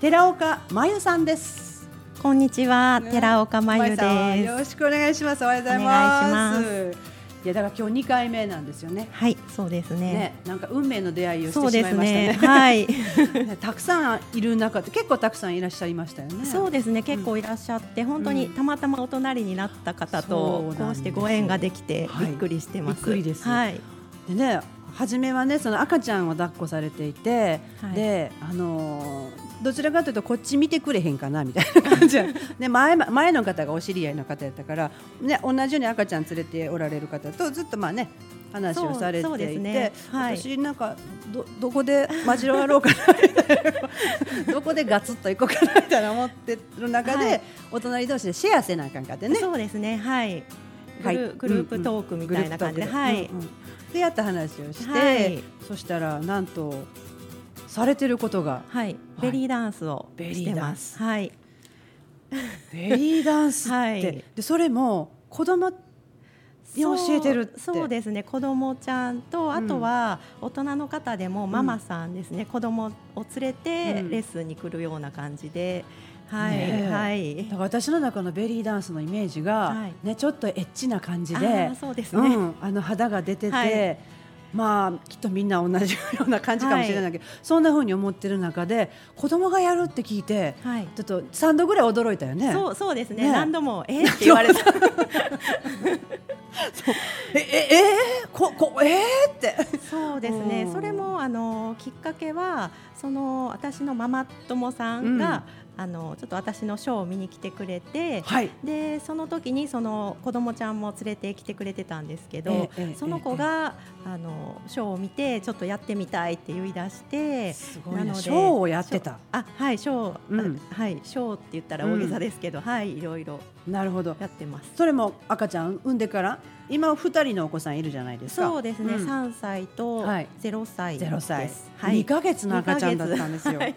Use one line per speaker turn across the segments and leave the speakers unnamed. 寺岡真由さんです。
こんにちは、寺岡真由
真由
で
さんよろ
す。
しくお願いします。おはようございます。
お願
いやだから今日二回目なんですよね。
はい、そうですね。
ね、なんか運命の出会いを
そ
し
う
てし
で
ますいました
ね。
ね。
はい、
ねたくさんいる中で結構たくさんいらっしゃいましたよね。
そうですね。結構いらっしゃって、本当にたまたまお隣になった方
そうなんです
とこうしてご縁ができて
はい
びっくりしてます。
びっくりです
はい、
でね初めはねその赤ちゃんを抱っこされていて、
はい
であのーどちらかというとこっち見てくれへんかなみたいな感 じでで前前の方がお知り合いの方やったから、ね、同じように赤ちゃん連れておられる方とずっとまあね話をされ
そうそう
て
で
い
す
て、
ねはい
私なんかどどこで交わろうかなみたいな どこでガツッと行こうかなみたいな思ってる中で、
はい
お隣同士でシェアせなあかんかってね
そうですね。はい。グ
はい
ル,、グループトークみたいな感じで、はい
うんう。んでやった話をして、
はい
そしたらなんとされてることが
はい、ベリーダンスを
ベリー
してます。はい、
ベリーダンスって、
はい
でそれも子供に教えてるって
そうそうですね子供ちゃんとあとは大人の方でもママさんですね、子供を連れて
うん
レッスンに来るような感じで、はい、
ねえ
はい
だから私の中のベリーダンスのイメージが、
はい
ねちょっとエッチな感じ
あ
で
ーそうです
う
ね、
ん、あの肌が出てて、
はい
まあきっとみんな同じような感じかもしれないけど、そんな風に思ってる中で子供がやるって聞いて
はい
ちょっと3度ぐらい驚いたよね。
そうそうですね
ねえ
何度もえーって言わ れた
えええー、ここえー、って
そうですね
うん
それもあのきっかけはその私のママ友さんが、あのちょっと私のショーを見に来てくれて、
はい
でその時にその子供ちゃんも連れてきてくれてたんですけど、
ええええ
その子が、あのショーを見てちょっとやってみたいって言い出して
すごい
な
な
ので
ショーをやってた
あはいショー、
うん
あはいショーって言ったら大げさですけど、はいいろいろ
なるほど
やってます。
それも赤ちゃん産んでから今二人のお子さんいるじゃないですか
そうですね、
ん
三歳と
はい
0歳です、
0歳、
は
はい2ヶ月の赤ちゃんだったんですよ、
二ヶ月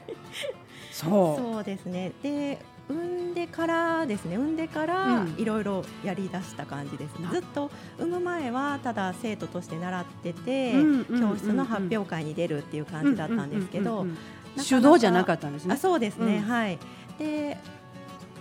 そう
そうですねで産んでからですね産んでか
う
ら
ん
いろいろやりだした感じですね、
な
ずっと産む前はただ生徒として習ってて、
うんうんうんうん
教室の発表会に出るっていう感じだったんですけど、
うんうんうんうん
なかなか
手動じゃなかったんですね
あそうですね、
うん
はいで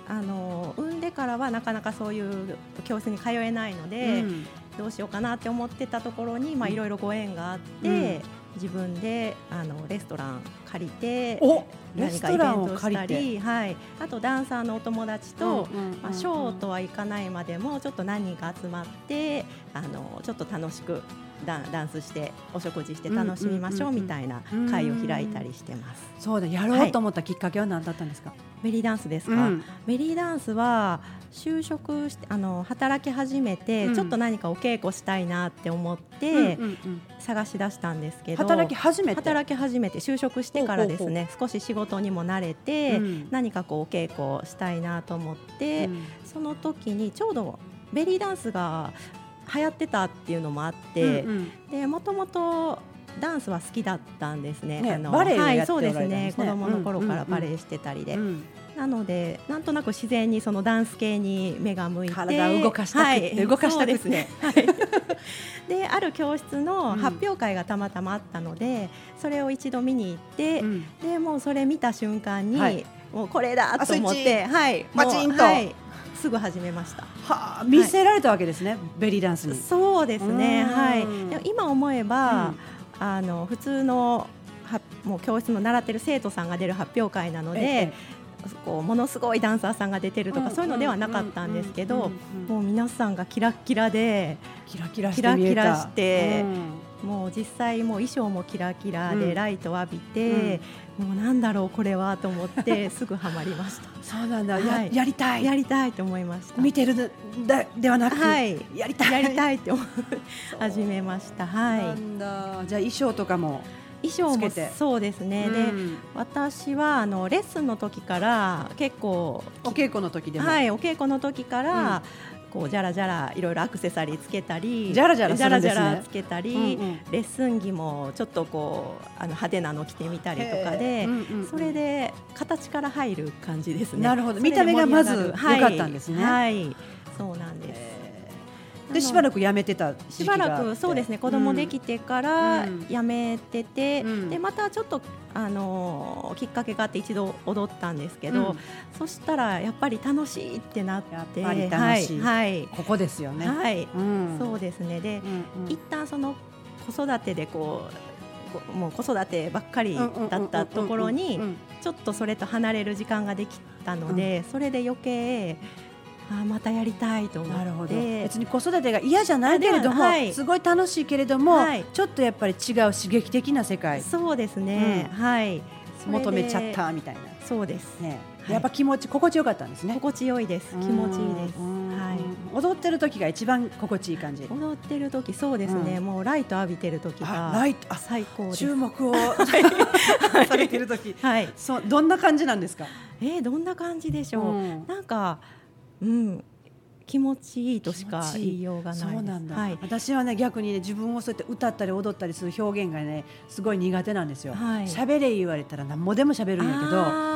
あの産んでからはなかなかそういう教室に通えないので、
うん
どうしようかなって思ってたところにまあいろいろご縁があって、
うん
自分であのレストラン借りて
おレ
何
ス
かイ
ト
ベ
ラ
ン
ン
ト
を
をし
借
た
りて
り、はい、あとダンサーのお友達と、
うんうんうん
まあ、ショーとはいかないまでもちょっと何人か集まってあのちょっと楽しくダンダンスしてお食事して楽しみましょう
うんうんうんうん
みたいな会を開いたりしてます。
そうだやろうと思ったきっかけは何だったんですか、
ベリーダンスですか、
うん
ベリーダンスは就職してあの働き始めて、
うん
ちょっと何かお稽古したいなって思って、
うんうんうん
探し出したんですけど
働き始めて
働き始めて就職してからですね少し仕事にも慣れて、
うん
何かこうお稽古をしたいなと思って、
うん
その時にちょうどベリーダンスが流行ってたっていうのもあって、
うんうん
でもともとダンスは好きだったんですね
ね
あの
バレエを
は
やっ
い
てお
そう
ら
で
れたん
す
ですね
ね子供の頃
うんうん
か
う
ら
ん
バレエしてたりで、
うん
なのでなんとなく自然にそのダンス系に目が向いて
体を動かしたくって動かしたくって
そうですね、はい、である教室の発表会がたまたまあったので、それを一度見に行っ て、
うん
でもうそれ見た瞬間に、
はい
もうこれだと思って、はい、
パチン
もう
と
はい、すぐ始めました。
はあ見せられたわけですね、ベリーダンスに。
そうですね、
うん
はい、でも今思えば、あの普通のはもう教室の習ってる生徒さんが出る発表会なので、
え
こうものすごいダンサーさんが出てるとか、
うん
そういうのではなかったんですけ
うんうん
ど
うんうん
もう皆さんがキラッキラで
キラキラし
してて
見
見
えた
えたキラキラして
うん
もう実際もう衣装もキラキラで、
うん
ライトを浴びて、もうなんだろうこれはと思っ てすぐハマりまし
そうなんだ、
は
や
い
やりた
た
い
やりたいと思いました
見てるででではなく、
はい
やりたい
やりたいって思う
そう
始めました
な
は
んだじゃあ衣装とかも、
い衣装も
つけて
そうですね、
う
で
ん
私はあのレッスンの時から結構
お稽古の時でも、
はい、お稽古の時から、こうじゃらじゃらいろいろアクセサリーつけたり
じゃらじゃらす
じゃ
るん
ら
で
じ
す
ゃ
ね
らつけたり、
うんうん
レッスン着もちょっとこうあの派手なの着てみたりとか
へ
で
ー、うんうんうん
それで形から入る感じですね
なるほど
それで盛り上がる
見た目がまず良かったんですね
はい、はいそうなんです
えー
なの
でしばらくやめてた時
し
期があ
ば
って
らくそうですね子供できてか
う
ら
ん
辞めてて、
うん
でまたちょっとあのーきっかけがあって一度踊ったんですけど、
うん
そしたらやっぱり楽しいってなって
やっぱり楽しい
はい
ここですよ
はい
ね。
はい
うん
そうですねで、
うんうん
一旦その子育てでこうこもう子育てばっかりだったところに
うん
ちょっとそれと離れる時間ができたので、それで余計あーまたやりたいと思って
なるほど別に子育てが嫌じゃないけれども、
でははい
すごい楽しいけれども、
はい
ちょっとやっぱり違う刺激的な世界
そうですね、
うん
はいそれで
求めちゃったみたいな、
そうです、
ね
はい
やっぱ気持ち心地よかったんですね
心地よいです気持ちいいです
うん
はい
踊ってる時が一番心地いい感じ
踊ってる時そうですね、
う
もうライト浴びてる時
あラ
が
イトあ
最高です
注目をされてる時
はい
そうどんな感じなんですか、
えー、どんな感じでしょう、
うん
なんか、うん、気持ちいいとしか
気持ちいい
言いようがないです。
そうなんだ、
はい。
私はね逆にね自分をそうやって歌ったり踊ったりする表現がねすごい苦手なんですよ
はい
喋、れ言われたら何もでも喋るんやけど
あー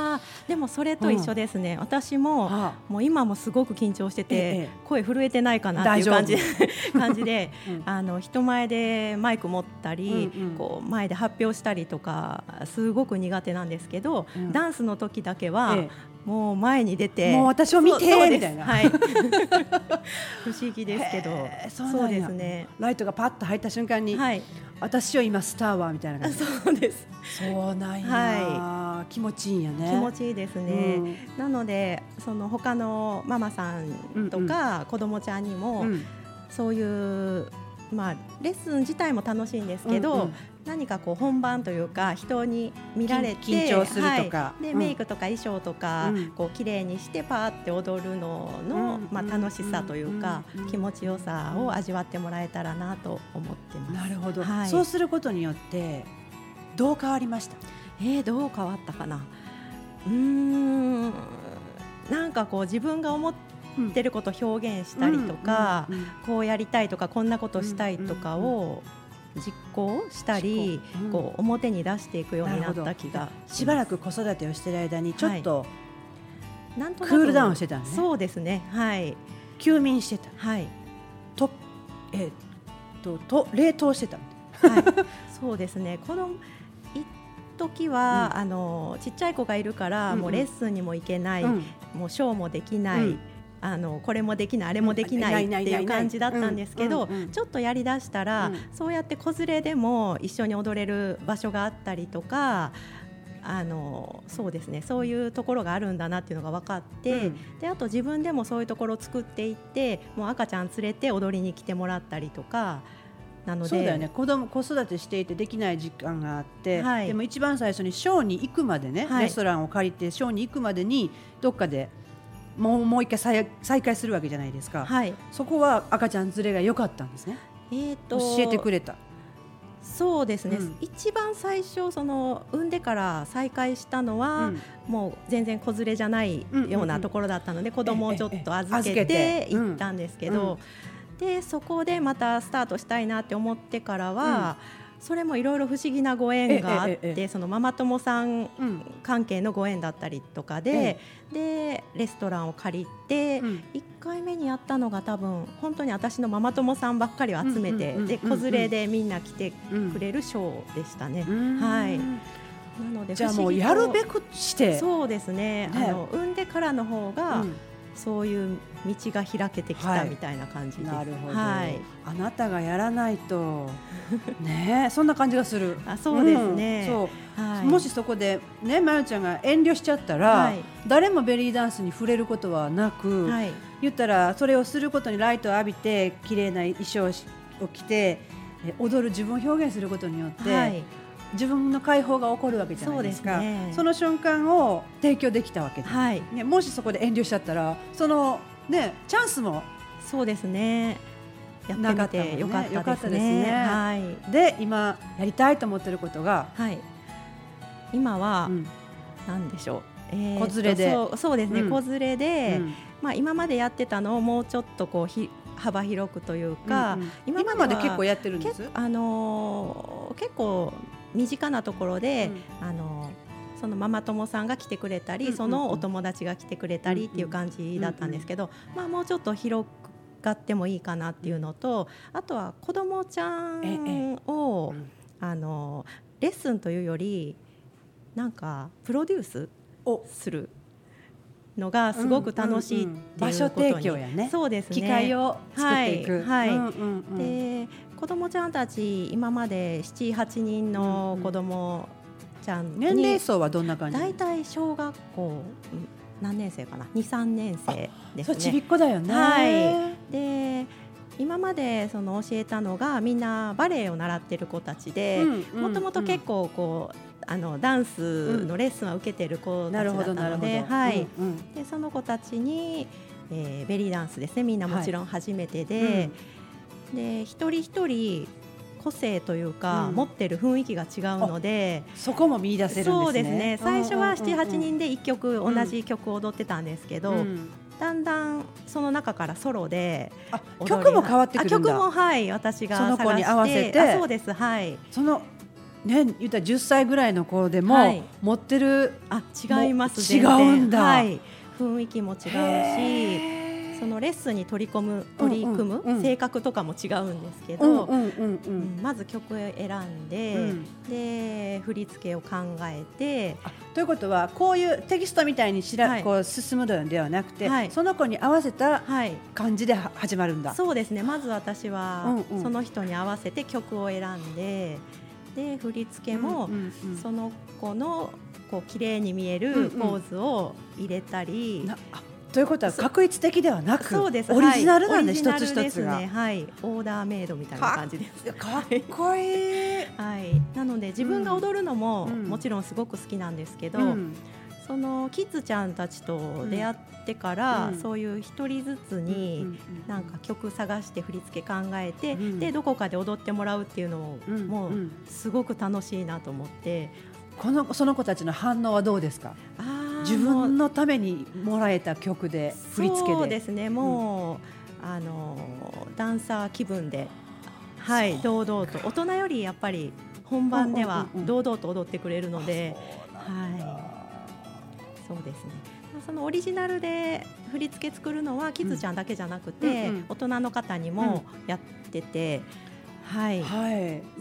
でもそれと一緒ですね。私も。
あ
もう今もすごく緊張してて、
ええ
声震えてないかなっていう感じ 感じで、
うん
あの人前でマイク持ったり、
うんうん
こう前で発表したりとかすごく苦手なんですけど、
うん
ダンスの時だけは、
え
もう前に出て
もう私を見て
そうそうです
みたいな
はい、 不思議ですけど
へーそうなんや
そうですね
ライトがパッと入った瞬間に、
はい、
私よ今スターはみたいな感じ
そうです。
そうなんや、気持ちいいんやね
気持ちいいです
う
ね。
ん
なので、その他のママさんとか、子供ちゃんにも、
うん
そういう。まあ、レッスン自体も楽しいんですけど、
うんうん
何かこう本番というか人に見られて
緊緊張するとか
はいで
うん
メイクとか衣装とか、
うん
こう綺麗にしてパーって踊るの
うん
の、
うん
まあ、楽しさというか、
うんうん
気持ちよさを味わってもらえたらなと思ってます。
なるほど、
はい
そうすることによってどう変わりました
えー、どう変わったかなうーんなんかこう自分が思ってることを表現したりとか、
うんうんうん
こうやりたいとかこんなことしたいとかを実行したり、
実行うん
こう表に出していくようにな
な
った
るほ
気
ど
が
しばらく子育てをしてる間にちょっと
なんと
ク
なく
ールダウンしてたのね、
そうですねはい
休眠してた
はい、
とえーっとと冷凍してた
はい、そうですねこの一時は、あのちっちゃい子がいるから、
うんうん
もうレッスンにも行けない、
うん
もうショーもできない、
うん
あのこれもできないあれもできない
うん
っていう感じだったんですけ
う
ど、
んうんうん
ちょっとやりだしたら、
うん
そうやって子連れでも一緒に踊れる場所があったりとかあのそうですねそういうところがあるんだなっていうのが分かって、
うん
であと自分でもそういうところを作っていってもう赤ちゃん連れて踊りに来てもらったりとかなので
そうだよね子供子育てしていてできない時間があって、
はい
でも一番最初にショーに行くまでね、
はい
レストランを借りてショーに行くまでにどっかでもうもう一回再再開するわけじゃないですか、
はい
そこは赤ちゃん連れが良かったんですね
えー、
教
と
えてくれた
そうですね、
うん
一番最初その産んでから再開したのは、
うん
もう全然子連れじゃないようなところだったので、子供をちょっと預
ええ
け
ええ
て
預けて
行ったんですけど、でそこでまたスタートしたいなって思ってからは、それもいろいろ不思議なご縁があっ
え
て、
ええええ
そのママ友さん
うん
関係のご縁だったりとかで、でレストランを借りて。
うん
1回目にやったのが多分本当に私のママ友さんばっかりを集めて
うんうんうんうん
で子連れでみんな来て
うん
くれるショーでしたね。
うん
はいなので
じゃあ
不
も
思
う
議と
やるべくして
そうですね
ね
あの産んでからの方が、
うん
そういう道が開けてき
は
た
い
みたいな感じです。
なるほど、
はい、
あなたがやらない とねえそんな感じがする
あそうですね
うんそう
はい、
もしそこでねまゆちゃんが遠慮しちゃったら、
はい
誰もベリーダンスに触れることはなく、
はい、
言ったらそれをすることにライトを浴びて綺麗な衣装を着てえ踊る自分を表現することによって、
はい、
自分の解放が起こるわけじゃないですか
そうですね
の瞬間を提供できたわけで、
はい、
ね、もしそこで遠慮しちゃったらその、ね、チャンスも
そうですね。やってみてよ
なか
か
ったもんねよ
ったですね。
か
はい、
で今やりたいと思ってることが、
はい、今は、
うん
なんでしょう。えーと
子連れで
そうそうですね、
うん
子連れで、
うん
まあ今までやってたのをもうちょっとこうひ幅広くというか、
うんうん今
今までは
まで結構やってるんで
結
す
構あのー結構身近なところで、あのそのママ友さんが来てくれたり、
うんうんうん
そのお友達が来てくれたりっていう感じだったんですけど、まあ、もうちょっと広がってもいいかなっていうのとあとは子供ちゃんを、
ええうん
あのレッスンというよりなんかプロデュース
お
するのがすごく楽しいっていうこと
場
に、
所提供やね
そうですね
機会を作っていく。
はいはい
うんうんうん
で子どもちゃんたち今まで78人の子どもちゃんに、
年齢層はどんな感じ？
大体小学校ん何年生かな23年生で
そう
す
ちび
ね。
っこだよね。
はいで今までその教えたのがみんなバレエを習ってる子たちでもともと結
構
構こうあのダンスのレッスンは受けてる子
なる
たちだ
ほ
っ
ど
た
なる
の
ほど。
ではい
うんうん
でその子たちに、えーベリーダンスですねみんなもちろん初めてで。で一人一人個性というか、
うん
持ってる雰囲気が違うので
そこも見出せるんですね。
そうですね最初は78
うん
人で1曲同じ曲を踊ってたんですけど、
うんうん
だんだんその中からソロで
あ
踊りが
曲も変わってくるん
あ曲も
だ。
はい私が
その
探し
子
て
に合わせて
あそうですはい
そのね言ったら10歳ぐらいの子で
は
も
い
持ってる
あ違います
も
全
違
然
うんだ
はい、雰囲気も違うし
へー
そのレッスンに取り込む取り組む、
うんうん
性格とかも違うんですけど、
うんうんうんう
うんんまず曲を選ん
う
で、
ん。
で振り付けを考えて
あということはこういうテキストみたいにしら、
はい
こう進むのではなくて、
はい
その子に合わせた
はい
感じでは始まるんだ。
そうですねまず私は
うんうん
その人に合わせて曲を選んでで振り付けも
うんうんうん
その子のこう綺麗に見え
うんうん
るポーズを入れたり、
なあということは確一的ではなく
そうです
オリジナルなんで、
はい
一つ
オリジナル
一
で
つ
す
が
ね、。はいオーダーメイドみたいな感じです。
かっこいい。
はい、なので自分が踊るのも
うん
もちろんすごく好きなんですけど、
うん
そのキッズちゃんたちと出会ってから、
うん
そういう一人ずつに、なんか曲探して振り付け考えて、
うん
でどこかで踊ってもらうっていうのを、
うん
も
ん
うすごく楽しいなと思って、
このその子たちの反応はどうですか。
あー
自分のためにもらえた曲で振り付けで。
そうですねもう、あのダンサー気分で、はい、堂々と大人よりやっぱり本番で
う
は
んうんうんう
堂々と踊ってくれるので、はい、そうですねまあそのオリジナルで振り付け作るのはキッズちゃんだけじゃなくて、
うんうんうん
大人の方にもやってて、はい、
は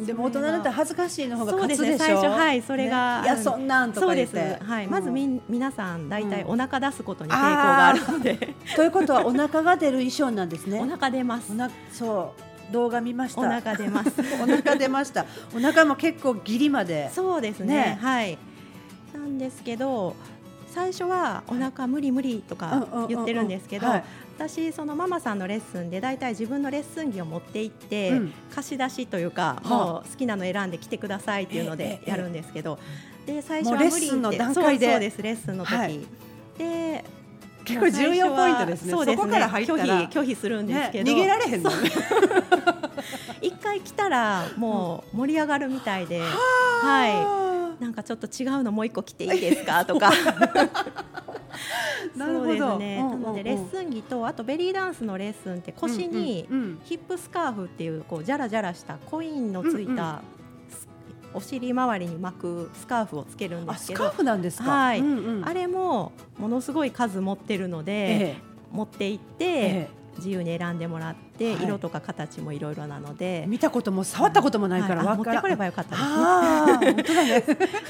い。でも大
そ
人
れが
だったら恥ずかしいの方が
そう
勝
で
つで
す
しょ。
ね最初はいそれが
ねいやそんなんと
そ
か
う
言
で
っ
す、
て。
はい、
うん
まずみん皆さん大体
うん
お腹出すことに抵抗があるので、
ということはお腹が出る衣装なんですね。
お腹出ます
お腹そう動画見ました。
お腹 出ます
お腹出ま した。お腹も結構ギリまで。
そうですね
ね
はいなんですけど最初はお腹無理無理と
うんうんうんう
か
ん
言ってるんですけど、
はい
私そのママさんのレッスンで大体自分のレッスン着を持って行って、
うん
貸し出しというか、
あ
もう好きなの選んで来てくださいっていうので
ええ
やるんですけど、で最初
も
は
う
無
レ
理
ッ
って
スンの段階で
そうそうですレッスンの時、
はい
で
結構重要ポイントですね。
そうですね
そこから入ったら
拒否拒否するんですけど、
ね、逃げられへんのね。
一回来たらもう盛り上がるみたいで、
は
はい、なんかちょっと違うのもう一個来ていいです かとか
なるほど
そうですね、
うんうんうん
なのでレッスン着とあとベリーダンスのレッスンって腰に
うんうん
ヒップスカーフっていうこうジャラジャラしたコインのついたすお尻周りに巻くスカーフをつける
うんんあ
です
ス
け
カ
ど
ーフなんですか。
はい
うんうん
あれもものすごい数持ってるので、
え
持って行って、
ええ
自由に選んでもらって、
はい
色とか形もいろいろなの
え
で
見たことも触ったこともないから
はいあ
わ
持っ
か
て
ら
こ
ん。
ればよかったですね。
ああ本当だね。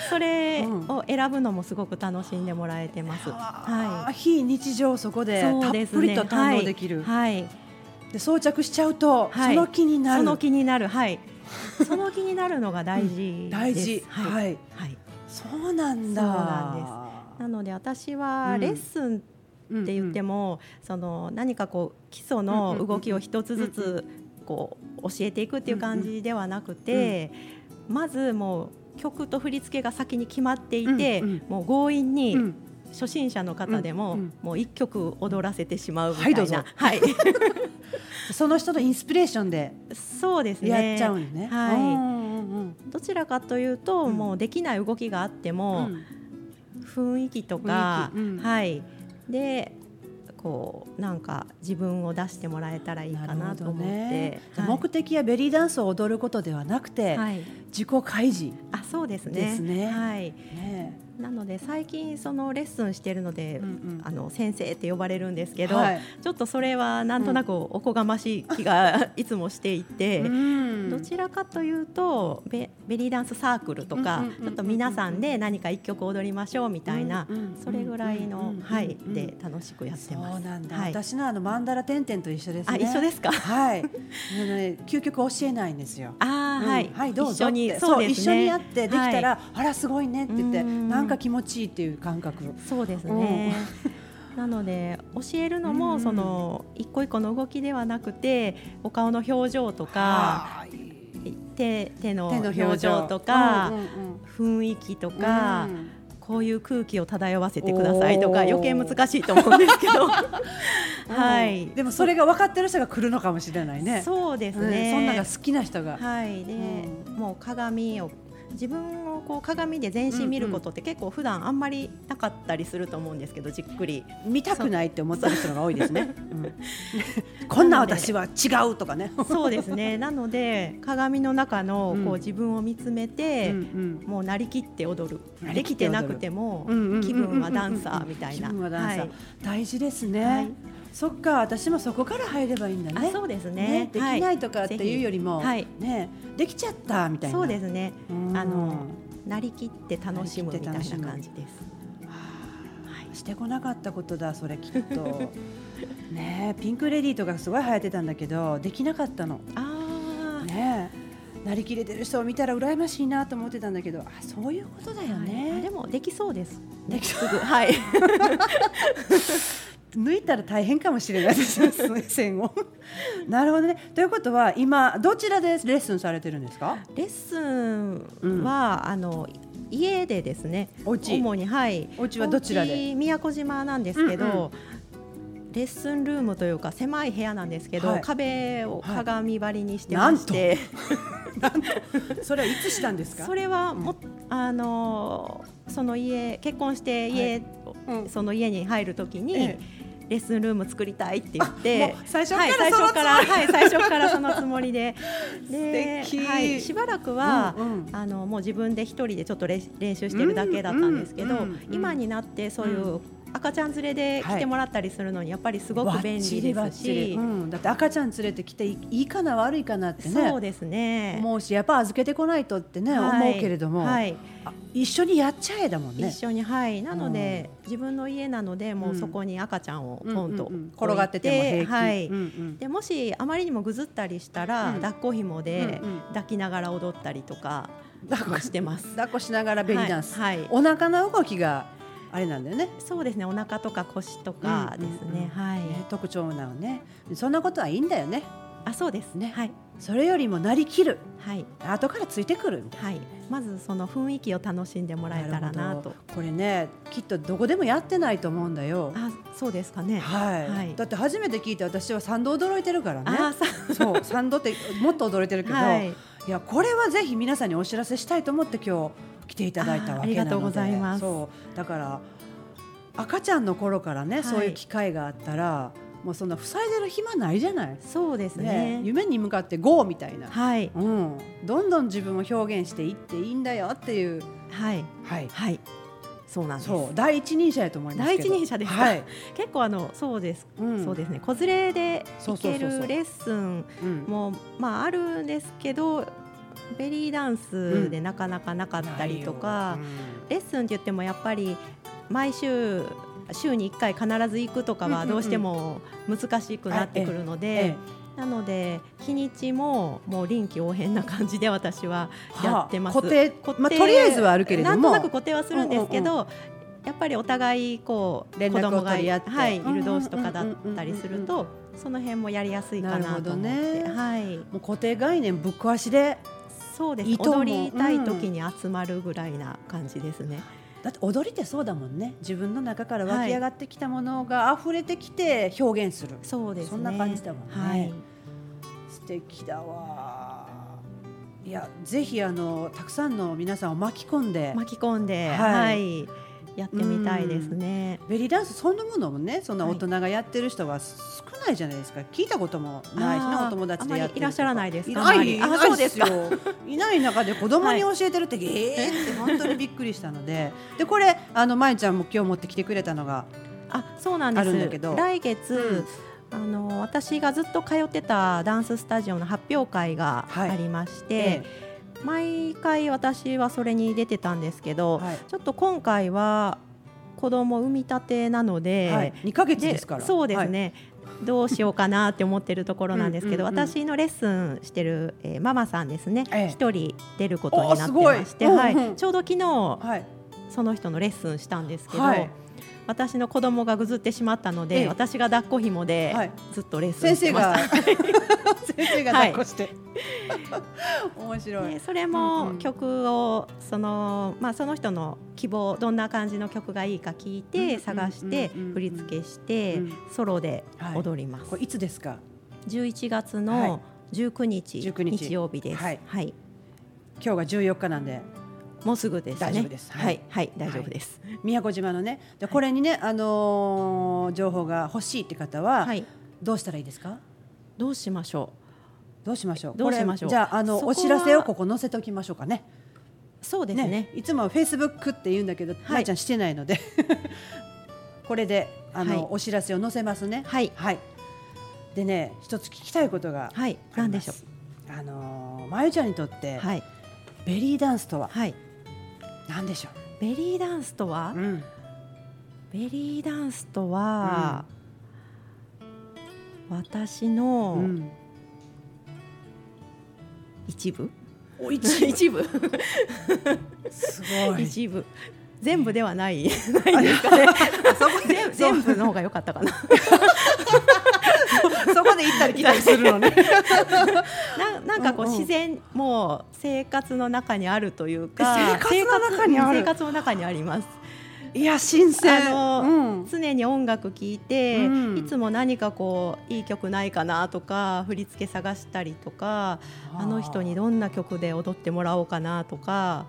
それ
うん
を選ぶのもすごく楽しんでもらえてます。
あ
は
ー非日常をそこ
い。
で
そ
た
う
っ
です
ぷ
ね
りと堪能できる。
はい。はい
で装着しちゃうと、
はい
その気にな
そ
る。
の気になる。はい。その気になるのが大事です。
大事。
はい。
はい、
はい
そうなんだ。
そうなので私は
うん
レッスン
うん
って言って
も、
も、その何かこう基礎の動きを一つずつこう教えていくっていう感じではなくて、まずもう曲と振り付けが先に決まっていて、
うんうん
もう強引に、
うん
初心者の方でも、
うんうん
もう一曲踊らせてしまうみた
はい
い
どうぞ
な、 はい、
その人のインスピレーションで
そうですね。
やっちゃうのね。
はい
うんうんうん
どちらかというと、
うん
もうできない動きがあって
うん
も、雰囲気とか、
雰囲気うん
はい、で、こうなんか自分を出してもらえたらいいかなと思って、
じゃ
は
あ
い
目的はベリーダンスを踊ることではなくて、
はい、
自己開示
あ、そうですね。
ですね
はい。
ね
なので最近そのレッスンしてるので、あの先生って呼ばれるんですけど、
はい
ちょっとそれはなんとなくおこがましい 気がいつもしていて、どちらかというとベベリーダンスサークルとか、
うんうんうんうん
ちょっと皆さんで何か一曲踊りましょうみたいな、それぐらいの、はいで楽しくやってます。
そうなんだ、
はい、
私のあのマンダラテンテンと一緒ですね
あ一緒ですすか。
はいあのね究極教えないんですよ
あー、
うん
はい、
はい、どう
一
ぞって
緒に
そう
ですね
一緒にやってできた
は
ら、あらすごいねって言って
うん
なんか気持ちいいっていう感覚
いそうですね。 なので教えるのも、
うん
その一個一個の動きではなくてお顔の表情とか
はい
手手の
手の
表
表
情
情
とか、
うんうん
雰囲気と
うん
か、
うん
こういう空気を漂わせてくださいとか
おー
余計難しいと思うんです けど はい、
でもそれが分かってる人が来るのかもしれないね
そうです
う
ね、
んそんなが好きな人が、
はいで、
う
もう鏡を自分をこう鏡で全身見ることって結構普段あんまりなかったりすると思うんですけどじっ くり
見たくないって思ってる人が多いですね、 うんこんな私は違うとかね
そうですねなので鏡の中のこ
う
うん自分を見つめて、
うん
もうなりきって踊る
な
で
りき
き
って
て
踊る
なくても、
うん
気分はダンサーみたいな。
気分はダンサー、
はい
大事ですね、
はい
そっか私もそこから入ればいいんだ
あ
ね
そうで
ね
すね
できないとかっていうよりも、
はいはい
ねできちゃったみたいな
そうですすねあのなりきって楽しむみたいな感じです。
してこなかったことだそれきっとねピンクレディーとかすごい流行ってたんだけどできなかったの
ああ、
ねなりきれてる人を見たら羨ましいなと思ってたんだけどあそういうことだよ
はいあ
ね
で、もできそうです。
でき
すぐはい。
抜いたら大変かもしれないですねその線 をなるほどねということは今どちらでレッスンされてるんですか
レッスンは、あの家でですね。
お家
主にはい。
お家はどちらで
お家宮古島なんですけど。
うん
レッスンルームというか狭い部屋なんですけど、
はい
壁を
はい
鏡張りにしてまして、
それはいつしたんです
それはも、あのその家結婚して家、
うん
その家に入るときに、
え
レッスンルーム作りたいって言って
あもう最初
はい、
から
最
その
初
つも
か
り
らはい最初からそのつもりで で
素敵
はい、しばらくは、
うんうん
あのもう自分で一人でちょっとれ練習してるだけだったんですけど、
うんうんうん
今になってそういう、
う
赤ちゃん連れで来てもらったりするのにやっぱりすごく
ば
便利
っちりば
で
っ
す
ちり
し、
うん、だって赤ちゃん連れてきていいいかな悪いかなってね
そうですね。
思うしやっぱ預けてこないとってね、
はい
思うけれども、
はい、
あ一緒にやっちゃえだもんね
一緒にはいなので、自分の家なのでもうそこに赤ちゃんをポン
う
と
んう
置
んうん
い
転がってても平気、
はい
うんうん
でもしあまりにもぐずったりしたら、
うん
抱っこ紐で
うんうん
抱きながら踊ったりとか
抱っこ
してます。
抱っこしながらベリーダンス、
はいはい
お腹の動きがあれなんだよね
そうですね、お腹とか腰とかです
うんうんうん
ね、はい。
ね特徴なのねそんなことはいいんだよね
あ、そうですね、
ね
はい、
それよりもなりきる
はい、
後からついてくるみたいな
はい。まずその雰囲気を楽しんでもらえたら
な
な
るほ
と
ど。これねきっとどこでもやってないと思うんだよ
あ、そうですかね。
はい、
はい
だって初めて聞いて私は賛同驚いてるから
あ、
ね
さ、
そう賛同ってもっと驚いてるけど、
はい
い、。やこれはぜひ皆さんにお知らせしたいと思って今日来ていただいたわけなので
あありがとうございます
そうだから赤ちゃんの頃からね、
はい
そういう機会があったらもうそんな塞いでる暇ないじゃない、
そうです
ね
ね。
夢に向かって GO みたいな、
はい、
うん、どんどん自分を表現していっていいんだよっていう、
はい、
はい、
はい。そうなんです。
そう第一人者やと思いますけど
第一人者ですか
はい、
結構あの、そうです。
うん
そうですね。子連れで
そ
行
うそう
け
そうそう
るレッスン
うん
もまああるんですけどベリーダンスでなかなかなかったりとか、レッスンって言ってもやっぱり毎週週に1回必ず行くとか
うんうんう
は
ん
どうしても難しくなってくるので、
え
なので日にちももう臨機応変な感じで私は
はあ
やってます。
固定まあとりあえずはあるけれども
なんとなく固定はするんですけど、やっぱりお互いこう
連絡を取り合って
はい、い
うんうんうんうん
る同士とかだったりするとその辺もやりやすいかなと思って、
なるほどね
はい、
もう固定概念ぶっ壊しで
そうです
いいと思う
踊りたい時に集まるぐらいな感じですね。
だって踊りってそうだもんね自分の中から湧き上がってきたものが溢れてきて表現する、
そうですね。
そんな感じだもんね
はい、
素敵だわいやぜひあのたくさんの皆さんを巻き込んで、
巻き込んで、
は
はいい、やってみたいですね。
ベリーダンスそのものもねそんな大人がやってる人は少ないじゃないですか、聞いたこともないしね
あー
お友達でやってるとか
あまりいらっしゃらないです
い
か
ないい
あんまり
ない
あそうですか
よいない中で子供に教えてるって、ええーって本当にびっくりしたのででこれあのまゆちゃんも今日持ってきてくれたのが
あそうなんで
ある
す
んだけど
来月、あの私がずっと通ってたダンススタジオの発表会が
はい
ありまして、毎回私はそれに出てたんですけど、
はい
ちょっと今回は子供産みたてなので、
はい、2ヶ月
で
ですから
そうです
はい
ね、どうしようかなって思ってるところなんですけど
うんうんうん
私のレッスンしてる、えーママさんですね
ええ
一、人出ることになって
おーすごい
まして、
うんうん
はいちょうど昨日
はい
その人のレッスンしたんですけど、
はい
私の子供がぐずってしまったの
え
で、
え
私が抱っこ紐で
はい
ずっとレッス
先
ンして
生
ました、
が 先生が抱っこして、面白い、
でそれ
うんう
も
ん
曲をその,、まあ、その人の希望どんな感じの曲がいいか聞い
うんうんうんう
て
ん
探して振り付けして
うん
ソロで
はい
踊ります
これいつですか
11月
はい
の19日、
19日
日曜日です、
は
はいい
今日が14日なんで
もうすぐですね
大丈夫ですは
はいい、はい、大丈夫です
宮古島のねでこれにね、あのー情報が欲しいって方
は
は、
い、
どうしたらいいですか
どうしましょ
どうしましょう
どうしましょう
これじゃああの
そこは
お知らせをここ載せておきましょうかね
うそうです
ね
ね
いつもフェイスブックって言うんだけど、
い
まいちゃんしてないの でこれであの、
はい
お知らせを載せますね
はい
はいでね一つ聞きたいことが
は
あ
い
り
何
ま
ですしょ
あのーまゆちゃんにとって、
うはい
ベリーダンスとは
はい
何でしょ
ベリーダンスとは
う、うん
ベリーダンスとは、私の
うん、
一部、
お一部
一部
すごい
一部全部ではない ないですかね全全部の方が良かったかな
そこで行ったり来たりするの ね
ななんかこう
うんうん
自然もう生活の中にあるというか
生活の中にある
生活生活の中にあります
いや新鮮
あの
うん
常に音楽聴いて、
うん
いつも何かこういい曲ないかなとか振り付け探したりとかあの人にどんな曲で踊ってもらおうかなとか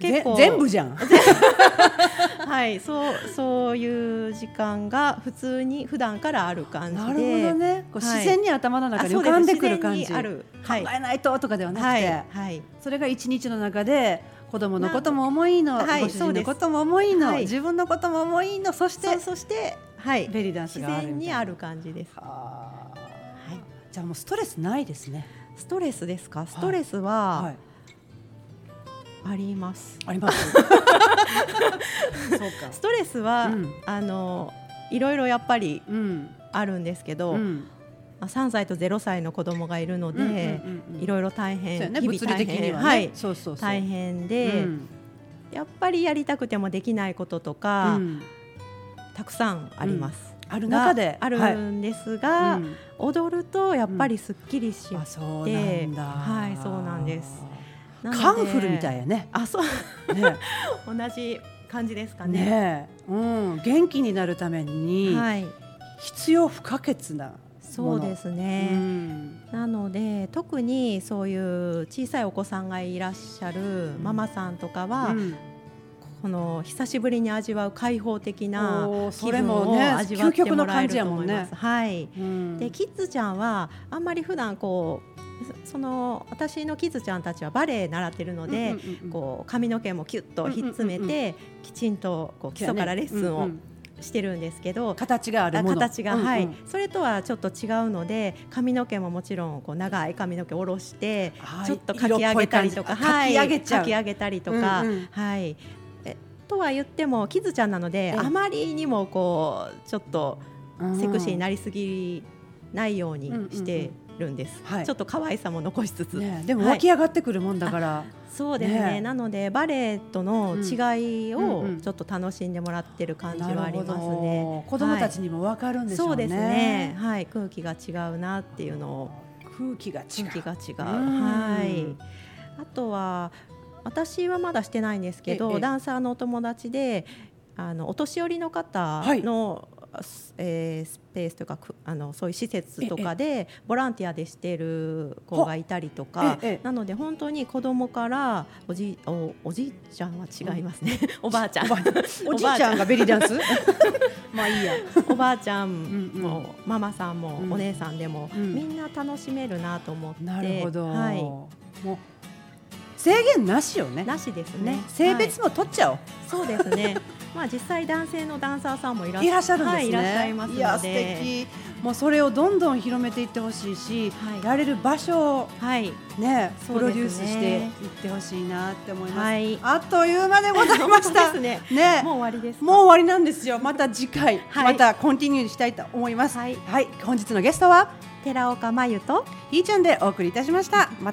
ぜ全部じゃん
はいそうそういう時間が普通に普段からある感じ
な
で
るほどねこう
はい
自然に頭の中
あ
に
そう
浮
です
かんでくる感じ、
自然にあるはい
考えないととかではなくて、
はい、はい、
それが一日の中で子供のことも思いの、
はい
ご主
そ
人
うで
の
す
ことも思いの、
はい
自分のことも思いのそして
そうそしてはい
ベリーダンス
自
がある
然
みたい
に
な
ある感じです
はあ
はい
じゃあもうストレスないですね
ストレスですかストレスは、あります、
あります そうか
ストレスは、
うん
あのいろいろやっぱり
うん
あるんですけど、
うん
まあ、3歳と0歳の子供がいるので、い
いろ
ろいろ大変、
ね
日
物
々
理
大
的
変
にはね、
はい、
そうそうそう
大変で、
うん
やっぱりやりたくてもできないこととか、
うん
たくさんあります。
ある
が
中で
あ
はい
るんですが、
うん
踊るとやっぱりすっきりし
あ
ます、
そうなんだ
はいそうなんですなので
カンフルみたいやね
あそう
ね
同じ感じですかね
ねえ、うん、元気になるために
はい
必要不可欠なもの
そうですね、
うん
なので特にそういう小さいお子さんがいらっしゃるママさんとかは、
うん
この久しぶりに味わう開放的な
おーそ
気
れ
分
も
を
ね
味わってもらえると思い
究極の感じやもん
ま
ね
す。はい。
うん
でキッズちゃんはあんまり普段こうそその私のキッズちゃんたちはバレエ習ってるので、
うんうんうん
こう髪の毛もキュッとひっ詰めて、
うんうん
きちんとこう基礎からレッスン
うんう
を
ん
してるんですけど、
形があるもの
形が、
うんうん
はい、それとはちょっと違うので髪の毛ももちろんこう長い髪の毛を下ろして
はい
ちょっとかき上げたりとか、
色っぽい感じか
は
き上げちゃう
かき上げたりとか、
うんうん
はい。えとは言ってもキズちゃんなので、
ええ
あまりにもこうちょっと
うん
セクシーになりすぎないようにしてるんです。
うんうんうんはい
ちょっと可愛さも残しつつ、
ねえでも
は
湧
い
き上がってくるもんだから、
そうですね
ね
なのでバレエとの違い
うんう
を
んうん
ちょっと楽しんでもらってる感じはありますね。
子供たちにもわかるんでしょ
そううですね
ね。。
はい、空気が違うなっていうのを
空気が違う。
空気が違う。
うん
はい。あとは私はまだしてないんですけ
ええ
ど、ダンサーのお友達で、あのお年寄りの方の、スえースペースというかくあのそういう施設とかでボランティアでしている子がいたりとか
ええ
なので本当に子供からおじいおおじいちゃんは違いますね、 おばあちゃん
おじいちゃんがベリーダンスまあいいや
おばあちゃん
うんうん
もママさんも、
うん
お姉さんでも、
うん
みんな楽しめるなと思って
なるほど、
はい、
もう制限なしよね
なしですね
ね性別
はい
も取っちゃおう、
そうですね まあ実際男性のダンサーさんもいらっ
い、らっしゃるんですね、
はい、いらっしゃいますので
や素敵もうそれをどんどん広めていってほしいし、
はい
やれる場所を
はい
ね
そ
プ
うですね
ロデュースしていってほしいなって思います、
はい
あっという間でございまし
本
た
当ですね
ね
もう終わりですか
もう終わりなんですよまた次回、
はい
またコンティニューしたいと思います
はい
本日のゲストは
寺岡真由と
ひーちゃんでお送りいたしましたまた